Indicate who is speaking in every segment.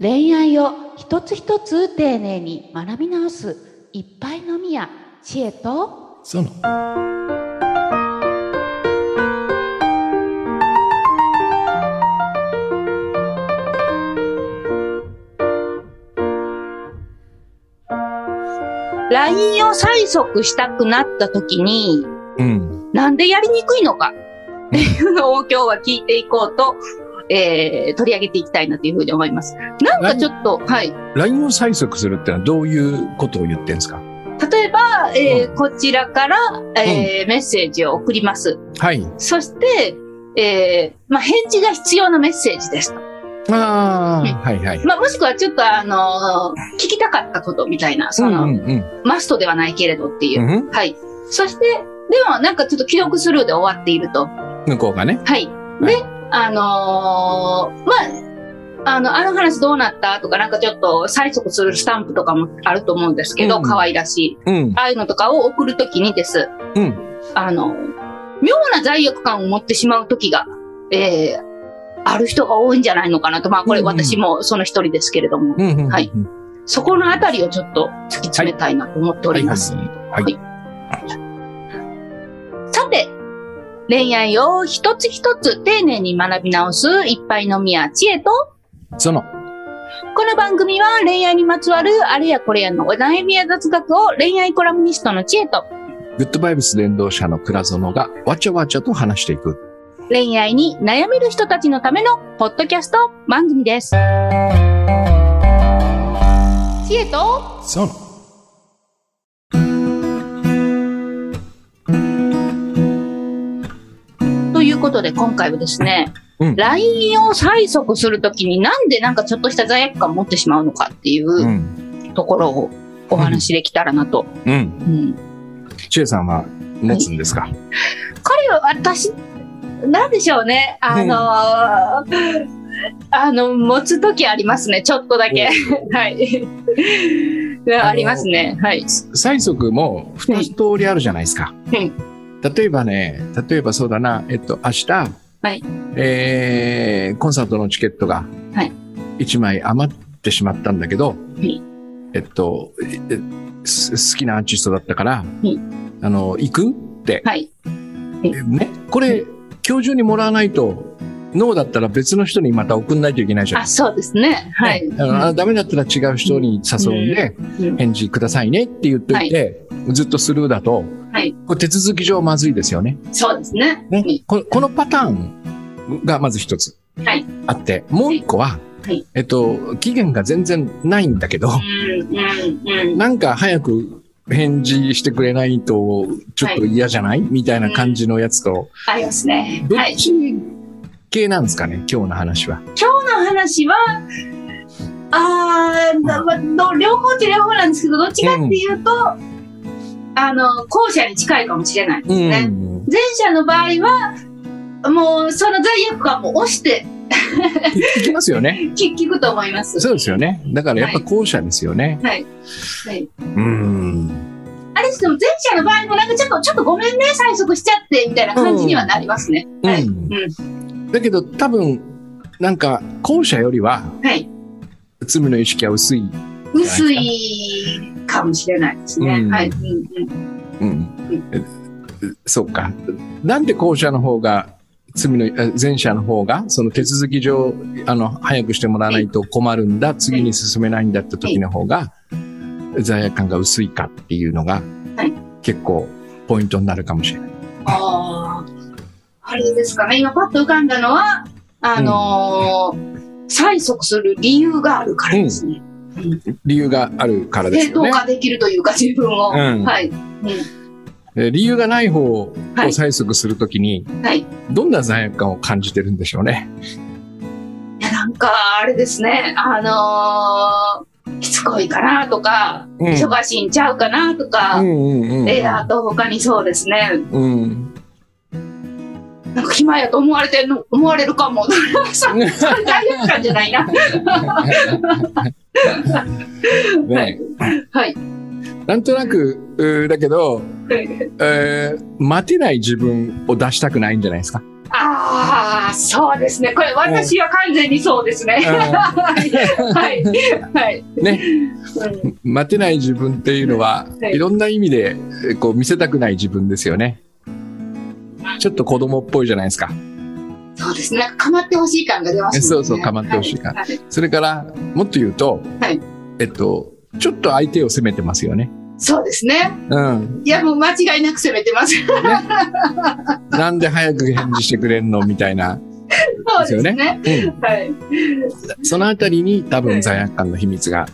Speaker 1: 恋愛を一つ一つ丁寧に学び直すいっぱいの宮知恵と
Speaker 2: ゾノ
Speaker 3: ラインを催促したくなった時に、
Speaker 2: うん
Speaker 3: なんでやりにくいのかっていうのを今日は聞いていこうと、えー取り上げていきたいなというふうに思います。なんかちょっと、はい。
Speaker 2: LINE を催促するってのはどういうことを言ってんですか
Speaker 3: 例えば、えーこちらから、えーメッセージを送ります。
Speaker 2: はい
Speaker 3: そして、えーまあ、返事が必要なメッセージですと。う
Speaker 2: あ
Speaker 3: ん
Speaker 2: あはいはい
Speaker 3: まあ、もしくはちょっと、あのー聞きたかったことみたいな、その、
Speaker 2: うんうん
Speaker 3: マストではないけれどっていうう。
Speaker 2: んうん
Speaker 3: はい。そして、でもなんかちょっと既読スルーで終わっていると。
Speaker 2: 向こうがね
Speaker 3: はい。で、あのーまあ、あの、あの話どうなったとか、なんかちょっと催促するスタンプとかもあると思うんですけ
Speaker 2: う
Speaker 3: ど、
Speaker 2: ん
Speaker 3: 可愛らしい。
Speaker 2: うん
Speaker 3: ああいうのとかを送るときにです。
Speaker 2: うん
Speaker 3: あの、妙な罪悪感を持ってしまうときが、えー、ある人が多いんじゃないのかなと。まあ、これ
Speaker 2: うんうん
Speaker 3: 私もその一人ですけれども、
Speaker 2: うんうん
Speaker 3: はいそこのあたりをちょっと突き詰めたいなと思っております。
Speaker 2: はい
Speaker 3: はいさて、恋愛を一つ一つ丁寧に学び直すいっぱいの宮知恵と、
Speaker 2: ゾノ
Speaker 3: この番組は恋愛にまつわるあれやこれやのお悩みや雑学を恋愛コラムニストの知恵と
Speaker 2: グッドバイブス伝道者の倉園がわちゃわちゃと話していく
Speaker 3: 恋愛に悩める人たちのためのポッドキャスト番組です。知恵と
Speaker 2: ゾノ
Speaker 3: ということで今回はですね、
Speaker 2: うん
Speaker 3: LINE を催促するときになんでなんかちょっとした罪悪感を持ってしまうのかっていううんところをお話しできたらなと。
Speaker 2: うん
Speaker 3: うん
Speaker 2: 千恵さんは持つんですか
Speaker 3: これは私なんでしょうねあのーあの持つ時ありますねちょっとだけはいありますねはい
Speaker 2: 催促も二通りあるじゃないですか。
Speaker 3: はい
Speaker 2: 例えばね、例えばそうだな、えっと、明日、
Speaker 3: はい
Speaker 2: えーコンサートのチケットが
Speaker 3: はい
Speaker 2: 1枚余ってしまったんだけど、
Speaker 3: い
Speaker 2: えっと、えす好きなアーティストだったから、
Speaker 3: い
Speaker 2: あの、行くって、
Speaker 3: はい
Speaker 2: ね、これ、今日中にもらわないと、ノーだったら別の人にまた送んないといけないじゃない
Speaker 3: あそうですねはい、
Speaker 2: ねあのあダメだったら違う人に誘うんで、
Speaker 3: うん
Speaker 2: 返事くださいねって言っといて、ずっとスルーだと、
Speaker 3: はい
Speaker 2: これ手続き上まずいですよね。
Speaker 3: そうですね
Speaker 2: ね
Speaker 3: うん
Speaker 2: ここのパターンがまず一つ
Speaker 3: はい
Speaker 2: あって、もう一個は、
Speaker 3: はい
Speaker 2: えっと、期限が全然ないんだけど、
Speaker 3: うんうんうん
Speaker 2: なんか早く返事してくれないと、ちょっと嫌じゃない、みたいな感じのやつと、
Speaker 3: ありますね
Speaker 2: どっ
Speaker 3: はい
Speaker 2: ち系なんですかね、今日の話は。
Speaker 3: この話はあーなまあど両方っちゃ両方なんですけどどっちかっていうと、あの後者に近いかもしれないですね、
Speaker 2: うん
Speaker 3: 前者の場合はもうその罪悪感も押して
Speaker 2: いきます よね。
Speaker 3: き聞くと思います。
Speaker 2: そうですよね。だからやっぱ後者ですよね。
Speaker 3: はい。はい、
Speaker 2: うん。
Speaker 3: あれですけど前者の場合もなんかちょっとちょっとごめんね催促しちゃってみたいな感じにはなりますね。
Speaker 2: う
Speaker 3: はい。うん
Speaker 2: ん。だけど多分、なんか後者よりは
Speaker 3: はい。
Speaker 2: 罪の意識は薄い
Speaker 3: 薄いかもしれないですね。
Speaker 2: うん
Speaker 3: はい。うんうん
Speaker 2: うん、そうか。なんで後者の方が、罪の、え前者の方が、その手続き上、あの、早くしてもらわないと困るんだ、次に進めないんだって時の方が、罪悪感が薄いかっていうのが
Speaker 3: はい、
Speaker 2: 結構ポイントになるかもしれない。
Speaker 3: ああ。あれですかね。今パッと浮かんだのはあのー催促する理由があるからですね。
Speaker 2: 理由があるからで
Speaker 3: 正
Speaker 2: すよ
Speaker 3: 当
Speaker 2: ね。
Speaker 3: 化できるというか自分を、
Speaker 2: うん
Speaker 3: はい
Speaker 2: え理由がない方を
Speaker 3: はい
Speaker 2: 催促するときに、
Speaker 3: はい。
Speaker 2: どんな罪悪感を感じてるんでしょうね。
Speaker 3: いやなんかあれですねあのー、しつこいかなとか、
Speaker 2: うん
Speaker 3: 忙しいんちゃうかなとか、
Speaker 2: うんうんうん。
Speaker 3: えーあと他にそうですね
Speaker 2: うん。
Speaker 3: なんか暇やと思われてるの思われるかもそんな罪悪感じゃない な
Speaker 2: ね
Speaker 3: はい
Speaker 2: なんとなく、うーだけど、えー待てない自分を出したくないんじゃないですか。
Speaker 3: ああ、そうですね。これ、私は完全にそうですね。はい。 はい。はい。
Speaker 2: ね
Speaker 3: うん
Speaker 2: 待てない自分っていうのは、
Speaker 3: はい
Speaker 2: い、ろんな意味でえこう見せたくない自分ですよね。ちょっと子供っぽいじゃないですか。
Speaker 3: そうですね。かまってほしい感が出ますね。
Speaker 2: そうそう構ってほしい感
Speaker 3: ははい
Speaker 2: それからもっと言うと、
Speaker 3: はい
Speaker 2: えっとちょっと相手を責めてますよね。
Speaker 3: そうですね。
Speaker 2: うん。
Speaker 3: いや、もう間違いなく攻めてます。
Speaker 2: なんで早く返事してくれんのみたいな。
Speaker 3: そうですね。
Speaker 2: うん
Speaker 3: はい。
Speaker 2: そのあたりに多分罪悪感の秘密が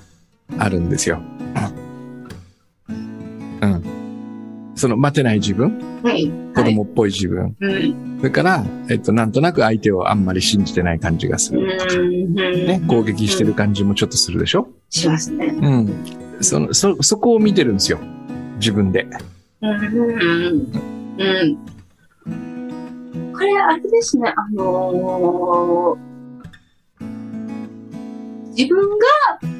Speaker 2: あるんですよ。うん。その待てない自分、
Speaker 3: はい。
Speaker 2: 子
Speaker 3: はい。
Speaker 2: 供っぽい自分、
Speaker 3: うん。
Speaker 2: それから、えっと、なんとなく相手をあんまり信じてない感じがす
Speaker 3: う
Speaker 2: る。
Speaker 3: ん。
Speaker 2: ね
Speaker 3: うん、
Speaker 2: 攻撃してる感じもちょっとするでしょ
Speaker 3: しますね。
Speaker 2: うん。その、そ、そこを見てるんですよ。自分で。
Speaker 3: うん。うん。うんこれ、あれですね。あのー自分が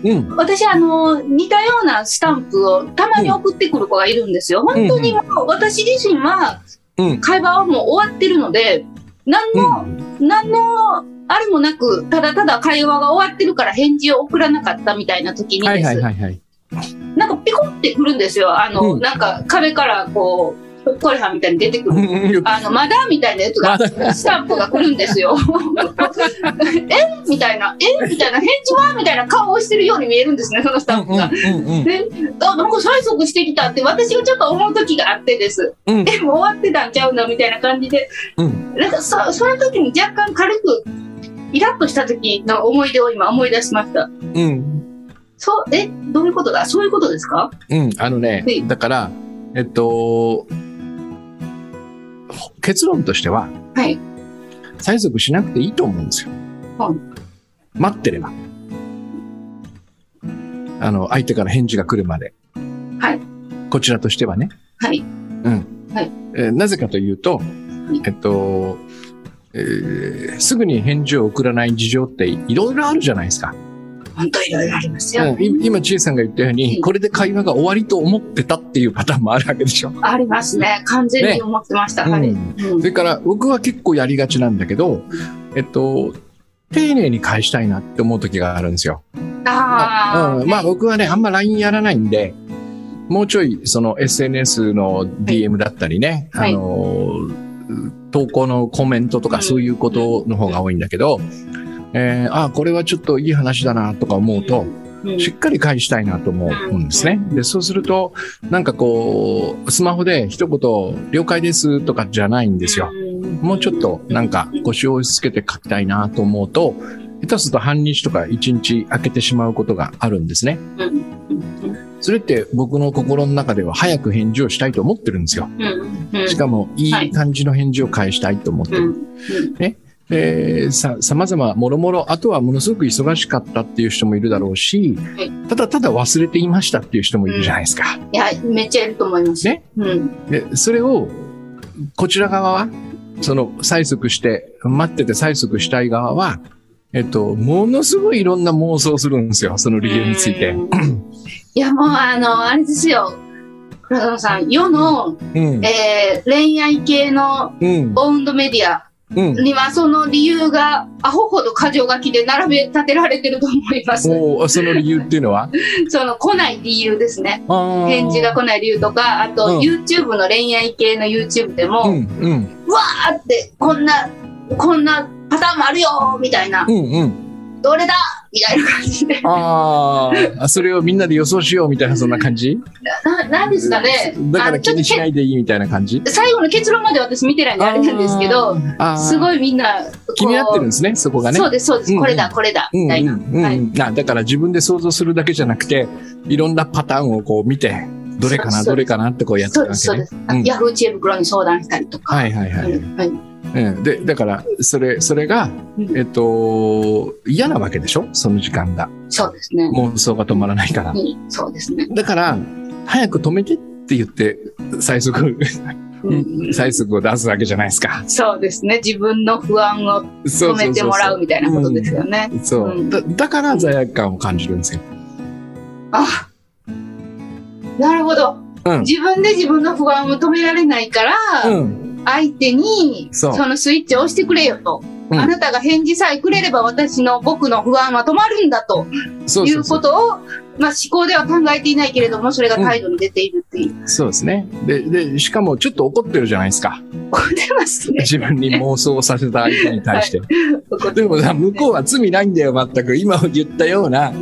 Speaker 2: うん。
Speaker 3: 私、あの、似たようなスタンプをたまに送ってくる子がいるんですよ。本当にもう私自身は
Speaker 2: うん。
Speaker 3: 会話はもう終わってるので、何
Speaker 2: う
Speaker 3: の、
Speaker 2: ん。
Speaker 3: 何の、あれもなく、ただただ会話が終わってるから返事を送らなかったみたいな時に
Speaker 2: は
Speaker 3: で
Speaker 2: い
Speaker 3: す。
Speaker 2: はいはいはい。
Speaker 3: なんかピコってくるんですよ。あの、
Speaker 2: うん
Speaker 3: なんか壁からこう、ひょっこりはんみたいに出てく
Speaker 2: う
Speaker 3: る。
Speaker 2: んうんよく
Speaker 3: あの、まだみたいなやつが
Speaker 2: ま、だ
Speaker 3: スタンプが来るんですよ。 えみたいな、えみたいな、返事はみたいな顔をしてるように見えるんですね、そのスタンプが。
Speaker 2: うんうんうん
Speaker 3: で、あ、なんか催促してきたって、私がちょっと思う時があってです。
Speaker 2: うん
Speaker 3: え、もう終わってたんちゃうのみたいな感じで、
Speaker 2: うん
Speaker 3: なんかそ、その時に若干軽く、イラッとした時の思い出を今思い出しました。
Speaker 2: うん。
Speaker 3: そう、え、どういうことだそういうことですか
Speaker 2: うん。あのね
Speaker 3: はい、
Speaker 2: だから、えっと、ほ結論としては、
Speaker 3: はい。
Speaker 2: 催促しなくていいと思うんですよ
Speaker 3: はい。
Speaker 2: 待ってれば。あの、相手から返事が来るまで。
Speaker 3: はい。
Speaker 2: こちらとしてはね。
Speaker 3: はい。
Speaker 2: うん。
Speaker 3: はい
Speaker 2: えーなぜかというと、えっと、えーすぐに返事を送らない事情っていろいろあるじゃないですか。
Speaker 3: 本当いろいろありますよ。
Speaker 2: うん、い今、ちえさんが言ったよう
Speaker 3: はい
Speaker 2: に、これで会話が終わりと思ってたっていうパターンもあるわけでしょ。
Speaker 3: ありますね。完全に思ってました。はい。
Speaker 2: うん
Speaker 3: うん
Speaker 2: それから僕は結構やりがちなんだけど、えっと、丁寧に返したいなって思う時があるんですよ。
Speaker 3: あー
Speaker 2: うん、まあ僕はね、あんま LINE やらないんで、もうちょいその SNS の DM だったりね、
Speaker 3: はい
Speaker 2: あのー、投稿のコメントと
Speaker 3: う
Speaker 2: か
Speaker 3: ん
Speaker 2: そういうことの方が多いんだけど、えー、あーこれはちょっといい話だなとか思うと、
Speaker 3: うん
Speaker 2: しっかり返したいなと思うんですね。で、そうすると、なんかこう、スマホで一言、了解ですとかじゃないんですよ。もうちょっとなんか腰を押し付けて書きたいなと思うと、下手すると半日とか一日空けてしまうことがあるんですね。
Speaker 3: うんうん
Speaker 2: それって僕の心の中では早く返事をしたいと思ってるんですよ。
Speaker 3: うんうん
Speaker 2: しかもい
Speaker 3: はい
Speaker 2: い感じの返事を返したいと思って
Speaker 3: う
Speaker 2: る。
Speaker 3: ん
Speaker 2: えーさ、様々、もろもろ、あとはものすごく忙しかったっていう人もいるだろうし
Speaker 3: はい、
Speaker 2: ただただ忘れていましたっていう人もいるじゃないですか。
Speaker 3: いや、めっちゃいると思います。
Speaker 2: ね。
Speaker 3: うん。
Speaker 2: で、それを、こちら側は、その、催促して、待ってて催促したい側は、えっと、ものすごいいろんな妄想するんですよ、その理由について。
Speaker 3: うん。いや、もう、あの、あれですよ。倉園さん、世の、
Speaker 2: うん。
Speaker 3: えー恋愛系の
Speaker 2: うん。
Speaker 3: オウンドメディア
Speaker 2: うん。
Speaker 3: には、その理由が、アホほど箇条書きで並べ立てられてると思います。
Speaker 2: おーその理由っていうのは
Speaker 3: その、来ない理由ですね。 返
Speaker 2: 返
Speaker 3: 事が来ない理由とか、あと、
Speaker 2: うん
Speaker 3: YouTube の恋愛系の YouTube でも、
Speaker 2: うんうん
Speaker 3: あって、こんな、こんなパターンもあるよーみたいな
Speaker 2: う、んうん。
Speaker 3: どれだみたいな感じで。
Speaker 2: ああ、それをみんなで予想しようみたいなそんな感じ
Speaker 3: ななんですかね。
Speaker 2: だか
Speaker 3: あの
Speaker 2: ら
Speaker 3: ち
Speaker 2: 気
Speaker 3: ょっ
Speaker 2: に
Speaker 3: と
Speaker 2: しないでいいみたいな感じ
Speaker 3: け最後の結論まで私見てないんであれなんですけど、、
Speaker 2: あー
Speaker 3: すごいみんな、こう
Speaker 2: 気になってるんですね、そこがね。
Speaker 3: そうです、そうです。
Speaker 2: うん
Speaker 3: これだ、これだ、
Speaker 2: うん
Speaker 3: み
Speaker 2: う
Speaker 3: たい
Speaker 2: ん
Speaker 3: な。
Speaker 2: うん
Speaker 3: はい
Speaker 2: あだから自分で想像するだけじゃなくて、いろんなパターンをこう見て、どれ
Speaker 3: そ
Speaker 2: か
Speaker 3: う
Speaker 2: な、
Speaker 3: です
Speaker 2: どれかなってこうやって
Speaker 3: そう
Speaker 2: る
Speaker 3: で
Speaker 2: わ
Speaker 3: す、そう
Speaker 2: け
Speaker 3: で
Speaker 2: ね。
Speaker 3: す。あ
Speaker 2: うん
Speaker 3: ヤフー知恵袋に相談したりとか。
Speaker 2: はいはいはい。
Speaker 3: うんはい
Speaker 2: うん、で、だから、それ、それが、
Speaker 3: うん
Speaker 2: えっと、嫌なわけでしょその時間が。
Speaker 3: そうですね。
Speaker 2: 妄想が止まらないから。
Speaker 3: うんそうですね。
Speaker 2: だから、早く止めてって言って、最速、
Speaker 3: うん
Speaker 2: 最速を出すわけじゃないですか。
Speaker 3: そうですね。自分の不安を
Speaker 2: そ
Speaker 3: 止
Speaker 2: うそ
Speaker 3: め
Speaker 2: う
Speaker 3: て
Speaker 2: そう
Speaker 3: もらう
Speaker 2: そ
Speaker 3: みたいなことですよね。
Speaker 2: う。そううんだだから罪悪感を感じるんですよ。
Speaker 3: あなるほど。
Speaker 2: うん
Speaker 3: 自分で自分の不安を止められないから、
Speaker 2: うん。
Speaker 3: 相手に、
Speaker 2: そう
Speaker 3: そのスイッチを押してくれよと。
Speaker 2: うん
Speaker 3: あなたが返事さえくれれば私の僕の不安は止まるんだと
Speaker 2: そう
Speaker 3: い
Speaker 2: そう
Speaker 3: う
Speaker 2: そ
Speaker 3: こ
Speaker 2: う
Speaker 3: とを、まあ思考では考えていないけれども、それが態度に出ているっていう。
Speaker 2: そうですねででしかもちょっと怒ってるじゃないですか
Speaker 3: 怒って ますね。
Speaker 2: 自分に妄想させた相手に対して、
Speaker 3: 怒って
Speaker 2: でもさ向こうは罪ないんだよ全く今言ったような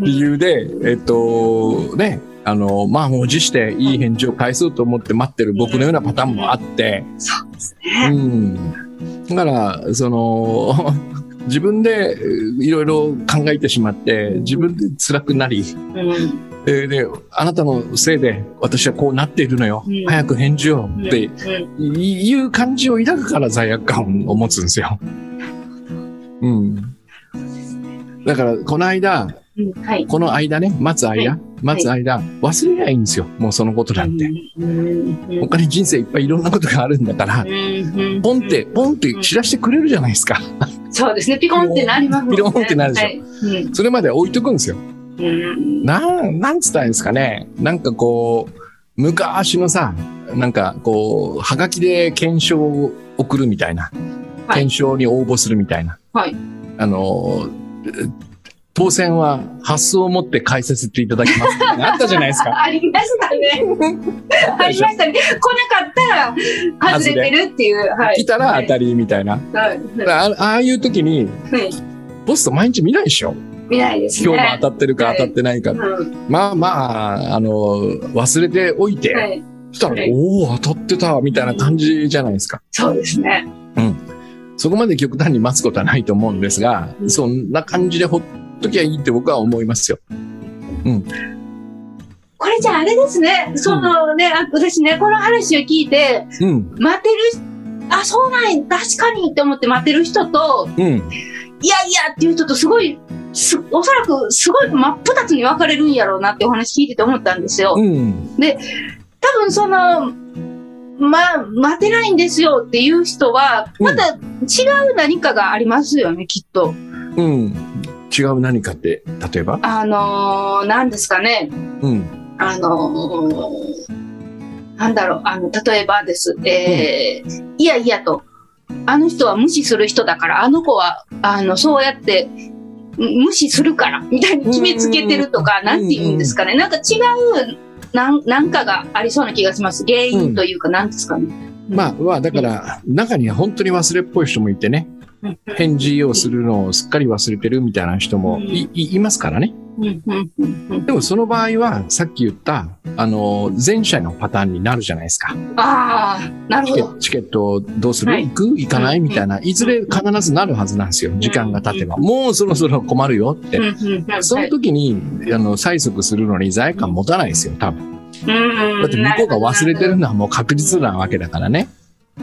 Speaker 2: 理由でえっとねあのまあもう辞していい返事を返そうと思って待ってる僕のようなパターンもあって
Speaker 3: そうです
Speaker 2: う
Speaker 3: ね。
Speaker 2: んだからその 自分でえいろいろ考えてしまって自分で辛くなり
Speaker 3: うん。
Speaker 2: えーであなたのせいで私はこうなっているのよ、
Speaker 3: うん
Speaker 2: 早く返事を
Speaker 3: うん
Speaker 2: っていいう感じを抱くから罪悪感を持つんですよ。うん。だから、この間、
Speaker 3: うん。うんはい。
Speaker 2: この間ね、待つ間、待つ間、忘れりゃいいんですよ。もうそのことなんて。
Speaker 3: うん。うん。
Speaker 2: 他に人生いっぱいいろんなことがあるんだから、
Speaker 3: うん
Speaker 2: ポンって、。ポンって知らせてくれるじゃないですか。
Speaker 3: そうですね。ピコンってなりますもんね。
Speaker 2: ピローンってなるでしょ
Speaker 3: はいうん
Speaker 2: それまでは置いとくんですよ。
Speaker 3: うん。
Speaker 2: なん、なんつったらいいんですかね。なんかこう、昔のさ、なんかこう、はがきで検証を送るみたいな。
Speaker 3: はい
Speaker 2: 検証に応募するみたいな。
Speaker 3: はい
Speaker 2: あの、え当選は発想を持って解説っていただきますってあったじゃないですか。
Speaker 3: ありましたね。ありましたね。来なかったら外れてるっていう。は
Speaker 2: 来たら当た
Speaker 3: り。
Speaker 2: りみたいな。
Speaker 3: はい
Speaker 2: だ
Speaker 3: は
Speaker 2: からあああいう時に、
Speaker 3: いはい
Speaker 2: ポスト毎日見ないでしょ。
Speaker 3: 見ないですね。
Speaker 2: 今日も当たってるか
Speaker 3: はい
Speaker 2: 当たってないか。
Speaker 3: うん
Speaker 2: まあまあ、あの、忘れておいて、
Speaker 3: はい
Speaker 2: そしたら
Speaker 3: は、い
Speaker 2: おお、当たってた、みたいな感じじゃないですか。
Speaker 3: そうですね。
Speaker 2: そこまで極端に待つことはないと思うんですが、
Speaker 3: うん
Speaker 2: そんな感じでほっときゃいいって僕は思いますよ。
Speaker 3: これじゃああれですね。そのね、あ私ね、この話を聞いて、
Speaker 2: うん、
Speaker 3: 待てる、あ、そうなんや確かにって思って待てる人と、
Speaker 2: うん。
Speaker 3: いやいやっていう人とすごい、すおそらくすごい真っ二つに分かれるんやろうなってお話聞いてて思ったんですよ。
Speaker 2: うん。
Speaker 3: 多分その、ま、待てないんですよっていう人は、
Speaker 2: うん
Speaker 3: また違う何かがありますよね、きっと。
Speaker 2: うん。違う何かって、例えば
Speaker 3: あのー、何ですかね。
Speaker 2: うん。
Speaker 3: あのー、なんだろう、あの、例えばです。えーいやいやと。あの人は無視する人だから、あの子は、あの、そうやって、ん無視するから、みたいに決めつけてるとか、
Speaker 2: ん
Speaker 3: なんて言うんですかね。なんか違う、なん、なんかがありそうな気がします。原因というか、なんですかね。
Speaker 2: まあ、まあ、だから、中には本当に忘れっぽい人もいてね、
Speaker 3: うん
Speaker 2: 返事をするのをすっかり忘れてるみたいな人もい,い、いますからね。
Speaker 3: うんうんうん
Speaker 2: でもその場合は、さっき言った、あの、前者のパターンになるじゃないですか。
Speaker 3: うんああ、なる
Speaker 2: チ
Speaker 3: ほ
Speaker 2: ケ
Speaker 3: ど。
Speaker 2: チケットどうする、
Speaker 3: はい
Speaker 2: 行く行かないみたいな、いずれ必ずなるはずなんですよ。時間が経てば。もうそろそろ困るよって
Speaker 3: うん。うんうん
Speaker 2: その時に、あの、催促するのに罪悪感持たないですよ、多分。
Speaker 3: うん
Speaker 2: だって向こうが忘れてるのはもう確実なわけだからね。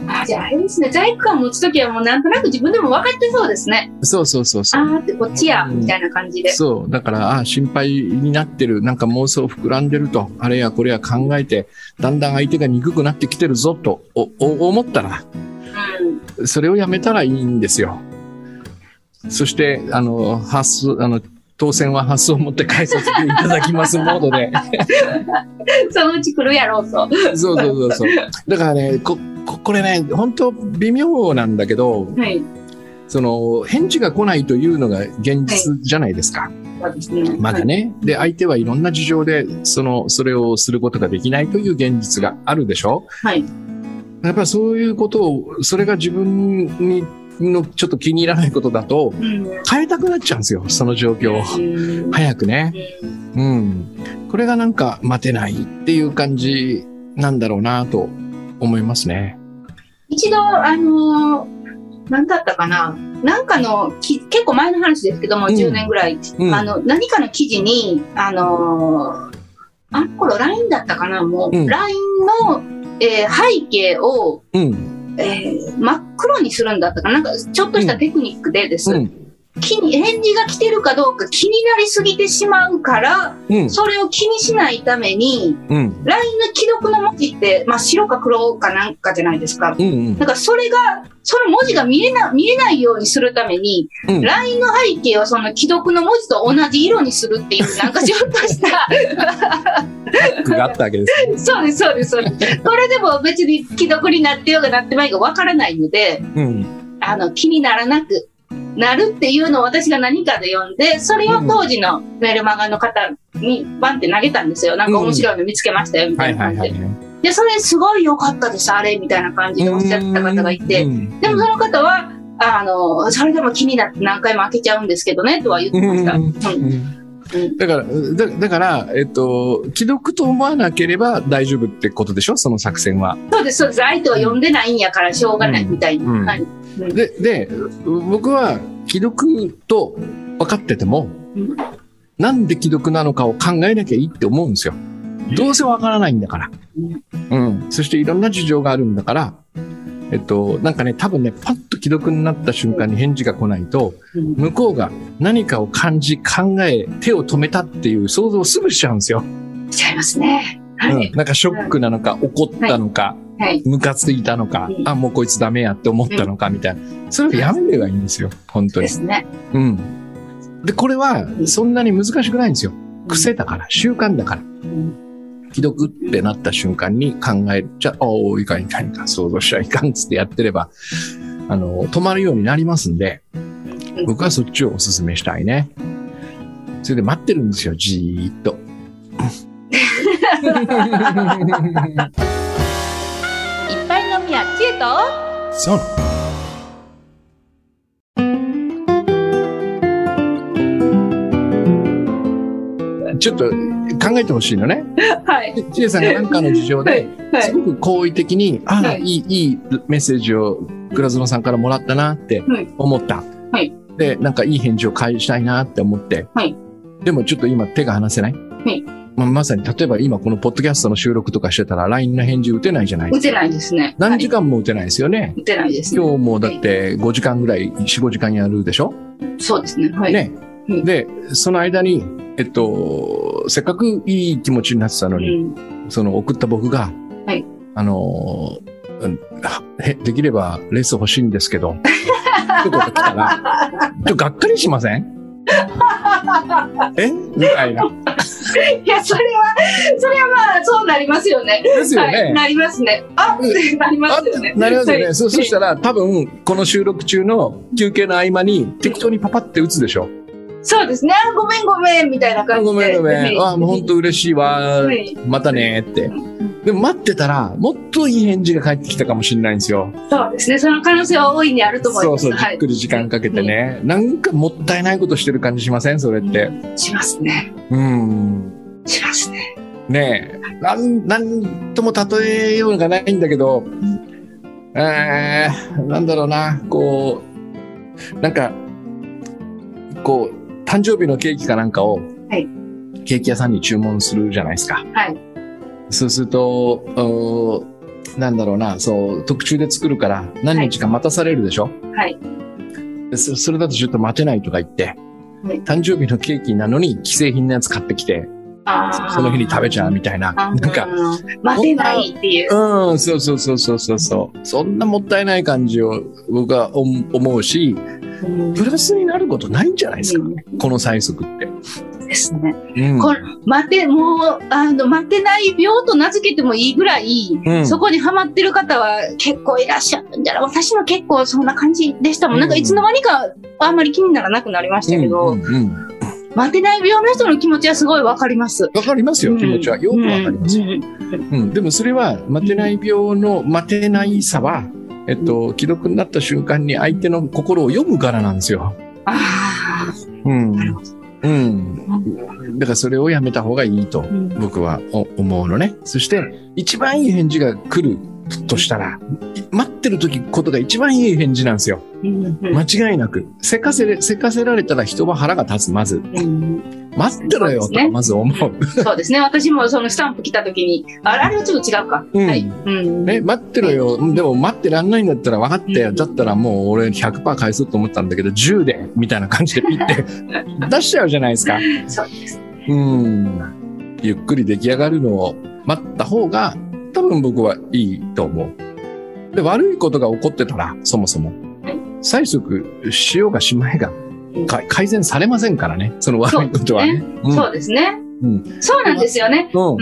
Speaker 3: あじゃああれですね、罪悪感持つときはもうなんとなく自分でも分かってそうですね。
Speaker 2: そうそうそう
Speaker 3: あ
Speaker 2: そう。
Speaker 3: ーってこっちや、みたいな感じで。
Speaker 2: そう。だから、ああ、心配になってる。なんか妄想膨らんでると、あれやこれや考えて、だんだん相手が憎くなってきてるぞと、お、お思ったら、
Speaker 3: うん
Speaker 2: それをやめたらいいんですよ。そして、あの、発想、あの、当選は発想を持って返させていただきますモードで。
Speaker 3: そのうち来るやろうと。
Speaker 2: そうそうそうそう。だからね、こ、ここれね、本当微妙なんだけど、
Speaker 3: はい。
Speaker 2: その、返事が来ないというのが現実じゃないですか。
Speaker 3: そうですね。
Speaker 2: まだね。で、相手はいろんな事情で、その、それをすることができないという現実があるでしょ
Speaker 3: はい。
Speaker 2: やっぱりそういうことを、それが自分に、のちょっと気に入らないことだと、
Speaker 3: うん。
Speaker 2: 変えたくなっちゃうんですよ、その状況を。
Speaker 3: うん
Speaker 2: 早くね。
Speaker 3: うん
Speaker 2: うん。これがなんか待てないっていう感じなんだろうなと思いますね。
Speaker 3: 一度、あのー、何だったかな。なんかのき、結構前の話ですけども、
Speaker 2: うん
Speaker 3: 10年ぐらい。
Speaker 2: うん。
Speaker 3: あの、何かの記事に、あのーあの頃 LINE だったかな、もう。
Speaker 2: うん
Speaker 3: LINE の、えー背景を、
Speaker 2: うん。
Speaker 3: えー真っ黒にするんだったかな、なんかちょっとしたテクニックでです。
Speaker 2: うん。
Speaker 3: 気に、返事が来てるかどうか気になりすぎてしまうから、
Speaker 2: うん、
Speaker 3: それを気にしないために、
Speaker 2: う
Speaker 3: LINE
Speaker 2: ん、
Speaker 3: の既読の文字って、まあ、白か黒かなんかじゃないですか。
Speaker 2: うん、うん
Speaker 3: だからそれが、その文字が見えな、見えないようにするために、
Speaker 2: うん
Speaker 3: LINE の背景をその既読の文字と同じ色にするっていう、なんかちょっと した、
Speaker 2: 服があったわけですね。
Speaker 3: そうです、そうです、そうです。これでも別に既読になってようがなってまいがわからないので、
Speaker 2: うん、
Speaker 3: あの、気にならなくなるっていうのを私が何かで読んで、それを当時のメルマガの方にバンって投げたんですよ。なんか面白いの見つけましたよ、みた
Speaker 2: はいい
Speaker 3: な
Speaker 2: は
Speaker 3: 感
Speaker 2: い
Speaker 3: じ
Speaker 2: は
Speaker 3: で
Speaker 2: い。。
Speaker 3: で、それすごい良かったです、あれ、みたいな感じでおっしゃった方がいて。
Speaker 2: うん
Speaker 3: でもその方は、あの、それでも気になって何回も開けちゃうんですけどね、とは言ってました。
Speaker 2: うん
Speaker 3: うんうん
Speaker 2: だから、だだから、えっと、既読と思わなければ大丈夫ってことでしょその作戦は。
Speaker 3: そうです、そうです。相手は呼んでないんやからしょうがないみたいな。
Speaker 2: うん
Speaker 3: はいうん
Speaker 2: で、で、僕は既読と分かってても
Speaker 3: うん、
Speaker 2: なんで既読なのかを考えなきゃいいって思うんですよ。どうせ分からないんだから。うん。そしていろんな事情があるんだから、えっと、なんかね、多分ね、パッと既読になった瞬間に返事が来ないと、
Speaker 3: うん
Speaker 2: 向こうが何かを感じ、考え、手を止めたっていう想像をすぐしちゃうんですよ。
Speaker 3: しちゃいますね。は
Speaker 2: う
Speaker 3: い。
Speaker 2: ん、なんかショックなのか、怒ったのか、
Speaker 3: はい。
Speaker 2: ムカついたのか
Speaker 3: う、ん
Speaker 2: あ、もうこいつダメやって思ったのか、みたいな。それをやめればいいんですよ、本当
Speaker 3: で
Speaker 2: に。
Speaker 3: すね。
Speaker 2: うん。で、これは、そんなに難しくないんですよ。癖だから、習慣だから。既読ってなった瞬間に考える。じゃあ、おーいかんいかんいかん、想像しちゃいかんっつってやってれば、あの、止まるようになりますんで、僕はそっちをお勧めしたいね。それで待ってるんですよ、じーっ と。
Speaker 1: いっぱい飲みや知恵と
Speaker 2: そう。ちょっと考えてほしいのね。
Speaker 3: はい。
Speaker 2: でちえさんが何かの事情
Speaker 3: はい
Speaker 2: で、
Speaker 3: は
Speaker 2: す
Speaker 3: い。
Speaker 2: ごく好意的に、ああ、
Speaker 3: はいい
Speaker 2: い、いいメッセージを倉園さんからもらったなって
Speaker 3: はい
Speaker 2: 思った。
Speaker 3: はい
Speaker 2: で、なんかいい返事を返したいなって思って。
Speaker 3: はい
Speaker 2: でもちょっと今手が離せない。
Speaker 3: い
Speaker 2: まあまさに、例えば今このポッドキャストの収録とかしてたら LINE の返事打てないじゃない
Speaker 3: 打てないですね。
Speaker 2: 何時
Speaker 3: は
Speaker 2: 間も打てないですよね。
Speaker 3: い打てないですね。
Speaker 2: 今日もだって5時間ぐらい、4、5時間やるでしょ
Speaker 3: そうですね。はい。
Speaker 2: ね
Speaker 3: う。ん
Speaker 2: で、その間に、えっと、せっかくいい気持ちになってた
Speaker 3: う
Speaker 2: のに、
Speaker 3: ん。
Speaker 2: その送った僕が、
Speaker 3: はい
Speaker 2: あのー、うんはへできればレース欲しいんです けど、ってことが来たら、ちょっとがっかりしませんえみたいな。
Speaker 3: いや、それは、それはまあ、そうなりますよね。
Speaker 2: ですよ
Speaker 3: はい。
Speaker 2: ね。
Speaker 3: なりますね。あっ
Speaker 2: うん
Speaker 3: てなりま
Speaker 2: あ
Speaker 3: すよね。
Speaker 2: なりますよね。
Speaker 3: はい
Speaker 2: そそしたら、多分、この収録中の休憩の合間に適当にパパって打つでしょ。
Speaker 3: そうですね。あごめんごめんみたいな
Speaker 2: あ
Speaker 3: 感じ
Speaker 2: ご
Speaker 3: で。
Speaker 2: めんごめん。あ、もう本当嬉しいわ
Speaker 3: は。い
Speaker 2: またねーって。でも待ってたら、もっといい返事が返ってきたかもしれないんですよ。
Speaker 3: そうですね。その可能性は大いにあると思い
Speaker 2: そ
Speaker 3: ま
Speaker 2: う
Speaker 3: す。
Speaker 2: そう、じ
Speaker 3: は
Speaker 2: っ
Speaker 3: い。
Speaker 2: くり時間かけてね。なんかもったいないことしてる感じしませんそれって。
Speaker 3: しますね。
Speaker 2: うん。
Speaker 3: しますね。
Speaker 2: ねえ。なん、なんとも例えようがないんだけど、えー、なんだろうな、こう、なんか、こう、誕生日のケーキかなんかを、
Speaker 3: はい
Speaker 2: ケーキ屋さんに注文するじゃないですか。
Speaker 3: はい。
Speaker 2: そうすると、うーなんだろうな、そう、特注で作るから何日か待たされるでしょ
Speaker 3: はい
Speaker 2: でそそれだとちょっと待てないとか言って、
Speaker 3: はい
Speaker 2: 誕生日のケーキなのに既製品のやつ買ってきて、
Speaker 3: あー
Speaker 2: その日に食べちゃうみたいな。
Speaker 3: あ
Speaker 2: なん
Speaker 3: ー
Speaker 2: か、
Speaker 3: 待てないっていう。
Speaker 2: うん、そうそうそうそうそうそう。そんなもったいない感じを僕はお思うし、
Speaker 3: うん
Speaker 2: プラスになることないんじゃないですか。
Speaker 3: うん
Speaker 2: この催促って。
Speaker 3: ですね。
Speaker 2: うん。
Speaker 3: これ待て、もう、あの、待てない病と名付けてもいいぐらい、
Speaker 2: うん
Speaker 3: そこにハマってる方は結構いらっしゃるんじゃない私も結構そんな感じでしたもん。
Speaker 2: うん
Speaker 3: なんかいつの間にかあんまり気にならなくなりましたけど、
Speaker 2: うんうんうん
Speaker 3: 待てない病の人の気持ちはすごいわかります。
Speaker 2: わかりますよ、気持ちは。よくわかりますよ。
Speaker 3: うんうん
Speaker 2: うん、でもそれは待てない病の待てないさは、えっと、既読になった瞬間に相手の心を読むからなんですよ。
Speaker 3: あ
Speaker 2: うん
Speaker 3: なる
Speaker 2: うん、だからそれをやめた方がいいと
Speaker 3: あ、うん
Speaker 2: 僕はお思うのね。そして一番いい返事が来るとしたら、い待ってる時ことが一番いい返事なんですよ。
Speaker 3: うんうん
Speaker 2: 間違いなく。せかせれ、せかせられたら人は腹が立つ、まず。
Speaker 3: うん
Speaker 2: 待ってろよと
Speaker 3: そうです
Speaker 2: か
Speaker 3: ね
Speaker 2: まず思う。
Speaker 3: そうですね。私もそのスタンプ来た時に、ああれはちょっと違うか。
Speaker 2: うん
Speaker 3: はい。うん。
Speaker 2: ね、待ってろよ。でも待ってらんないんだったら分かったよ。
Speaker 3: うん
Speaker 2: だったらもう俺100%返そうと思ったんだけど、10で、みたいな感じでピッて 出しちゃうじゃないですか。
Speaker 3: そうです。
Speaker 2: うん。ゆっくり出来上がるのを待った方が、多分僕はいいと思う。で、悪いことが起こってたら、そもそも
Speaker 3: は。
Speaker 2: 催促しようがしまいが
Speaker 3: うん、
Speaker 2: か改善されませんからね。その悪いことはね。うん
Speaker 3: そうですね。
Speaker 2: うん
Speaker 3: そうなんですよね。
Speaker 2: うん
Speaker 3: うん。
Speaker 2: う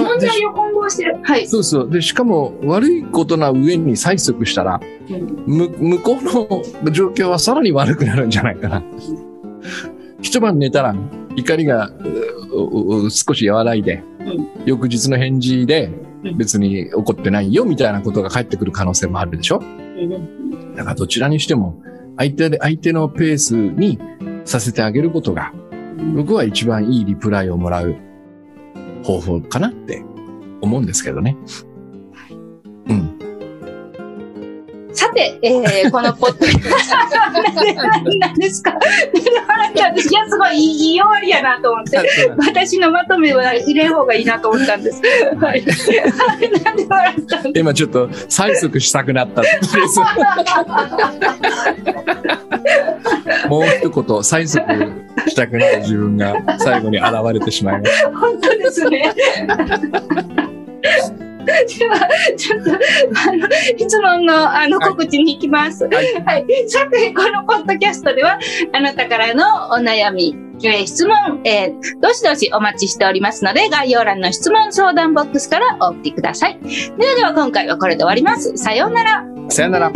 Speaker 2: ん
Speaker 3: 問
Speaker 2: で
Speaker 3: 題を混合してる。はい。
Speaker 2: そうそう。で、しかも悪いことな上に催促したら、
Speaker 3: うん
Speaker 2: む向こうの状況はさらに悪くなるんじゃないかな。一晩寝たら怒りがううう少し和らいで、
Speaker 3: う
Speaker 2: 翌日の返事で
Speaker 3: うん
Speaker 2: 別に怒ってないよみたいなことが返ってくる可能性もあるでしょ
Speaker 3: うん
Speaker 2: だからどちらにしても相手で、相手のペースにさせてあげることが
Speaker 3: うん
Speaker 2: 僕は一番いいリプライをもらう方法かなって思うんですけどね。 うん。
Speaker 3: さて、えー、このポッド何ですかなんで笑っちゃうんですいや、すごいいい、いい終わりやなと思って。私のまとめは入れん方がいいなと思ったんです。はい。なんで笑ったんで
Speaker 2: 今ちょっと催促したくなったです。もう一言催促したくなる自分が最後に現れてしまいまし
Speaker 3: 本当ですね。 では、ちょっと、あの、質問の、あの、
Speaker 2: はい
Speaker 3: 告知に行きます。
Speaker 2: た。はい。
Speaker 3: はい。さて、このポッドキャストでは、あなたからのお悩み、えー質問、えーどしどしお待ちしておりますので、概要欄の質問相談ボックスからお送りください。ではでは今回はこれで終わります。さようなら。
Speaker 2: さよなら。